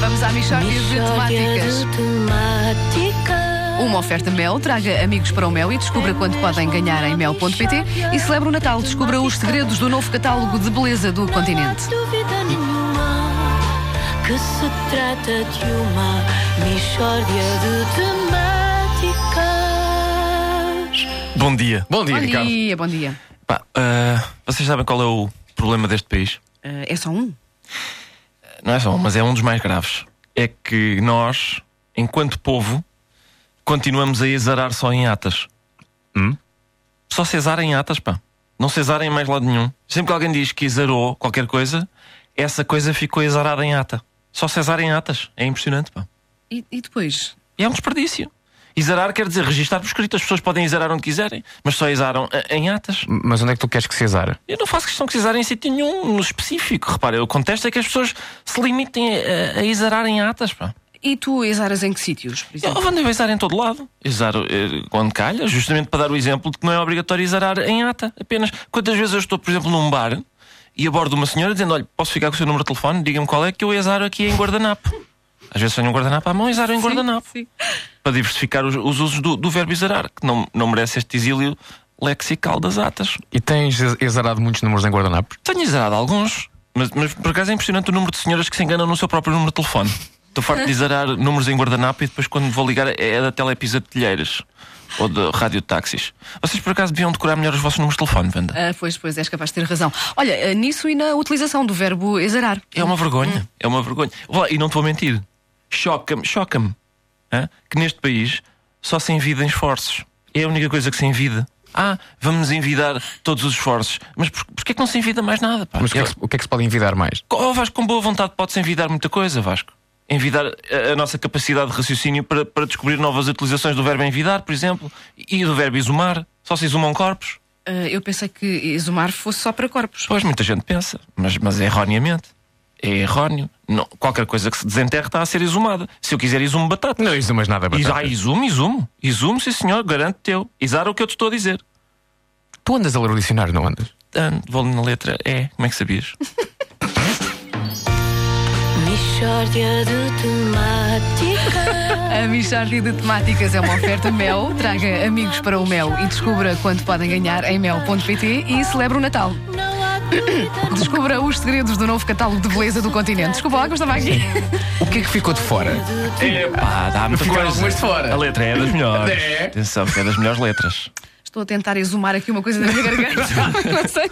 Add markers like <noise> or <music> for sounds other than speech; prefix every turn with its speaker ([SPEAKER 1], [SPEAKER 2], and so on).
[SPEAKER 1] Vamos à Michórdia de Temáticas. Uma oferta Mel, traga amigos para o Mel e descubra quanto podem ganhar em mel.pt e celebra o Natal, descubra os segredos do novo catálogo de beleza do continente.
[SPEAKER 2] Não há dúvida nenhuma que se trata de uma mistória de temáticas.
[SPEAKER 3] Bom dia.
[SPEAKER 4] Bom dia,
[SPEAKER 1] bom
[SPEAKER 4] Ricardo.
[SPEAKER 1] dia, bom dia.
[SPEAKER 3] Pá, ah, vocês sabem qual é o problema deste país?
[SPEAKER 1] Ah, é só um?
[SPEAKER 3] Não é só, um, mas é um dos mais graves. É que nós, enquanto povo, continuamos a exarar só em atas.
[SPEAKER 4] Hum?
[SPEAKER 3] Só se exara em atas, pá. Não se exara em mais lado nenhum. Sempre que alguém diz que exarou qualquer coisa, essa coisa ficou exarada em ata. Só se exara em atas. É impressionante, pá.
[SPEAKER 1] E, e depois?
[SPEAKER 3] E é um desperdício. Exarar quer dizer registrar por escrito. As pessoas podem exarar onde quiserem, mas só exaram eh, em atas.
[SPEAKER 4] Mas onde é que tu queres que se exara?
[SPEAKER 3] Eu não faço questão que se exarem em sítio nenhum no específico. Repara, o contexto é que as pessoas se limitem a, a exararem atas. Pá.
[SPEAKER 1] E tu exaras em que sítios, por
[SPEAKER 3] Eu
[SPEAKER 1] exemplo?
[SPEAKER 3] vou exar em todo lado. Exar eh, quando calha, justamente para dar o exemplo de que não é obrigatório exarar em ata. Apenas quantas vezes eu estou, por exemplo, num bar e abordo uma senhora dizendo: Olha, posso ficar com o seu número de telefone? Diga-me qual é que eu exaro aqui em guardanapo. Às vezes tenho um guardanapo à mão e exaro em guardanapo.
[SPEAKER 1] Sim.
[SPEAKER 3] Para diversificar os, os usos do, do verbo exarar, que não, não merece este exílio lexical das atas.
[SPEAKER 4] E tens ex- exarado muitos números em guardanapos?
[SPEAKER 3] Tenho exarado alguns, mas, mas por acaso é impressionante o número de senhoras que se enganam no seu próprio número de telefone. Estou farto de zerar <laughs> números em guardanapo e depois quando vou ligar é da telepisa de telheiras ou de radiotáxis. Vocês por acaso deviam decorar melhor os vossos números de telefone, Vanda?
[SPEAKER 1] Ah, pois, pois, és capaz de ter razão. Olha, ah, nisso e na utilização do verbo exarar.
[SPEAKER 3] É uma vergonha, é uma vergonha. Vou lá, E não te vou mentir, choca-me, choca-me hã, que neste país só se envida em esforços. É a única coisa que se envida. Ah, vamos envidar todos os esforços. Mas por, porquê que não se envida mais nada? Pá?
[SPEAKER 4] Mas o que, é
[SPEAKER 3] Eu-
[SPEAKER 4] que, se- o que é que se pode envidar mais?
[SPEAKER 3] Oh, Vasco, com boa vontade pode-se envidar muita coisa, Vasco. Envidar a, a nossa capacidade de raciocínio para, para descobrir novas utilizações do verbo envidar, por exemplo, e do verbo exumar. Só se exumam corpos.
[SPEAKER 1] Ah, eu pensei que exumar fosse só para corpos.
[SPEAKER 3] Pois muita gente pensa, mas, mas erroneamente. É erróneo. Não, qualquer coisa que se desenterre está a ser exumada. Se eu quiser, exumo batata.
[SPEAKER 4] Não exumas nada,
[SPEAKER 3] Is-
[SPEAKER 4] batata.
[SPEAKER 3] ah, exumo, exumo. Exumo, sim senhor, garanto teu. Exar o que eu te estou a dizer.
[SPEAKER 4] Tu andas a ler o dicionário, não andas?
[SPEAKER 3] Ah, vou na letra E. Como é que
[SPEAKER 4] <laughs>
[SPEAKER 3] sabias?
[SPEAKER 2] Mistória de temáticas.
[SPEAKER 1] <laughs> A Michardia de Temáticas é uma oferta Mel. Traga amigos para o Mel e descubra quanto podem ganhar em mel.pt e celebra o Natal.
[SPEAKER 2] Não há dúvida
[SPEAKER 1] Descubra os segredos do novo catálogo de beleza do continente. Desculpa lá que eu estava aqui.
[SPEAKER 4] O que é que ficou de fora?
[SPEAKER 3] Epá, dá muita
[SPEAKER 4] Ficaram
[SPEAKER 3] coisa.
[SPEAKER 4] algumas de fora.
[SPEAKER 3] A letra E é das melhores.
[SPEAKER 4] <laughs> É.
[SPEAKER 3] Atenção, que é das melhores letras.
[SPEAKER 1] Estou a tentar exumar aqui uma coisa da minha garganta. <laughs> Não sei.